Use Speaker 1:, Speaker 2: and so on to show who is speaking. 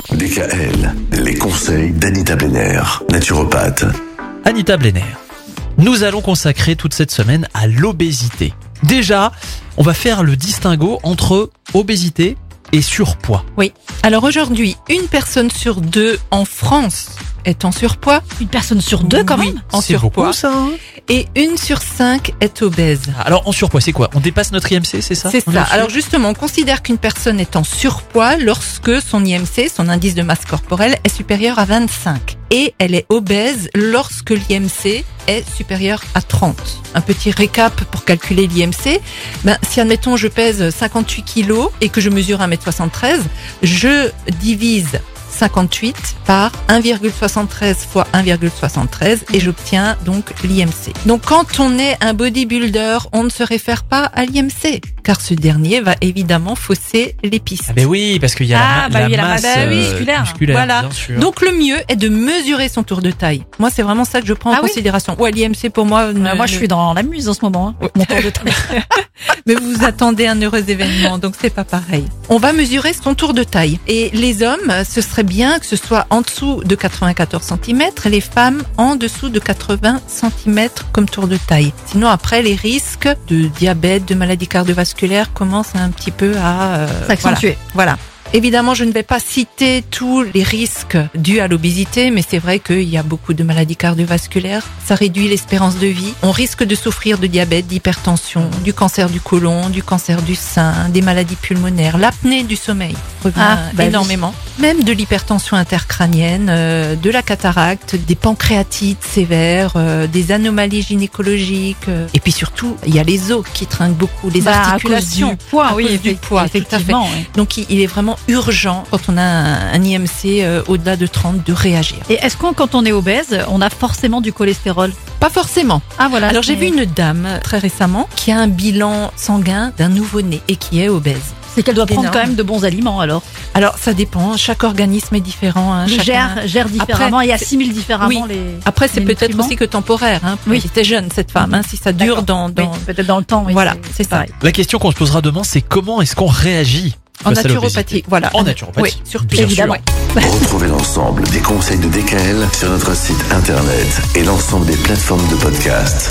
Speaker 1: chronique à elle. Les conseils d'Anita Benner, naturopathe.
Speaker 2: Anita Blenner. Nous allons consacrer toute cette semaine à l'obésité. Déjà, on va faire le distinguo entre obésité et surpoids.
Speaker 3: Alors aujourd'hui, une personne sur deux en France est en surpoids.
Speaker 4: Une personne sur deux quand
Speaker 3: Oui,
Speaker 4: même
Speaker 3: En
Speaker 2: C'est
Speaker 3: surpoids.
Speaker 2: beaucoup ça. hein Ah,
Speaker 3: et une sur cinq est obèse.
Speaker 2: Alors en surpoids, c'est quoi On dépasse notre IMC, c'est ça
Speaker 3: C'est
Speaker 2: On est
Speaker 3: ça.
Speaker 2: au-dessus
Speaker 3: Alors justement, on considère qu'une personne est en surpoids lorsque son IMC, son indice de masse corporelle, est supérieur à 25. Et elle est obèse lorsque l'IMC est supérieur à 30. Un petit récap pour calculer l'IMC. Ben, si admettons je pèse 58 kilos et que je mesure 1m73, je divise 58 par 1,73 fois 1,73 et j'obtiens donc l'IMC. Donc quand on est un bodybuilder, on ne se réfère pas à l'IMC car ce dernier va évidemment fausser les pistes.
Speaker 2: Ah ben oui, parce qu'il y a la, ma-
Speaker 4: Ah, bah
Speaker 2: la
Speaker 4: oui, la
Speaker 2: masse
Speaker 4: masse, bah oui,
Speaker 2: euh,
Speaker 4: musculaire.
Speaker 3: Voilà.
Speaker 2: bien sûr.
Speaker 3: Donc le mieux est de mesurer son tour de taille. Moi c'est vraiment ça que je prends en
Speaker 4: Ah oui
Speaker 3: considération. Ouais, l'IMC pour moi. ne-
Speaker 4: Euh, Moi je
Speaker 3: ne-
Speaker 4: suis dans la muse en ce moment. hein.
Speaker 3: Ouais.
Speaker 4: Mon tour de taille.
Speaker 3: Mais vous attendez un heureux événement, donc c'est pas pareil. On va mesurer son tour de taille. Et les hommes, euh, ce serait bien que ce soit en dessous de 94 cm, les femmes en dessous de 80 cm comme tour de taille. Sinon après, les risques de diabète, de maladies cardiovasculaires commencent un petit peu à... euh, voilà.
Speaker 4: S'accentuer.
Speaker 3: Voilà. Évidemment, je ne vais pas citer tous les risques dus à l'obésité, mais c'est vrai qu'il y a beaucoup de maladies cardiovasculaires. Ça réduit l'espérance de vie. On risque de souffrir de diabète, d'hypertension, du cancer du côlon, du cancer du sein, des maladies pulmonaires, l'apnée du sommeil revient
Speaker 4: Ah, bah oui.
Speaker 3: énormément. Même de l'hypertension intercrânienne, euh, de la cataracte, des pancréatites sévères, euh, des anomalies gynécologiques. euh. Et puis surtout, il y a les os qui trinquent beaucoup, les
Speaker 4: Bah, à cause
Speaker 3: articulations.
Speaker 4: du poids,
Speaker 3: à
Speaker 4: oui,
Speaker 3: cause du
Speaker 4: effect-
Speaker 3: poids, tout à fait.
Speaker 4: effectivement. oui.
Speaker 3: Donc il il est vraiment urgent, quand on a un, un IMC euh, au-delà de 30, de réagir.
Speaker 4: Et est-ce qu'on, quand on est obèse, on a forcément du cholestérol
Speaker 3: Pas forcément.
Speaker 4: Ah voilà.
Speaker 3: Alors j'ai
Speaker 4: c'est-
Speaker 3: vu une dame euh, très récemment qui a un bilan sanguin d'un nouveau-né et qui est obèse.
Speaker 4: C'est qu'elle doit prendre
Speaker 3: énorme.
Speaker 4: quand même de bons aliments alors.
Speaker 3: Alors ça dépend, chaque organisme est différent. hein,
Speaker 4: Elle
Speaker 3: chacun-
Speaker 4: gère, gère différemment et assimile différemment les.
Speaker 3: Après c'est
Speaker 4: les
Speaker 3: peut-être
Speaker 4: nutriments.
Speaker 3: aussi que temporaire. Hein,
Speaker 4: Oui.
Speaker 3: oui. était jeune cette femme, hein, si ça dure dans...
Speaker 4: Oui,
Speaker 3: dans...
Speaker 4: peut-être dans le temps. oui,
Speaker 3: Voilà, c'est ça.
Speaker 4: pareil.
Speaker 2: La question qu'on se posera demain, c'est comment est-ce qu'on réagit
Speaker 3: En
Speaker 2: face à
Speaker 3: naturopathie,
Speaker 2: l'obésité
Speaker 3: voilà.
Speaker 2: En naturopathie.
Speaker 3: Oui, surtout.
Speaker 2: bien sûr.
Speaker 4: Évidemment.
Speaker 1: Retrouvez l'ensemble des conseils de DKL sur notre site internet et l'ensemble des plateformes de podcast.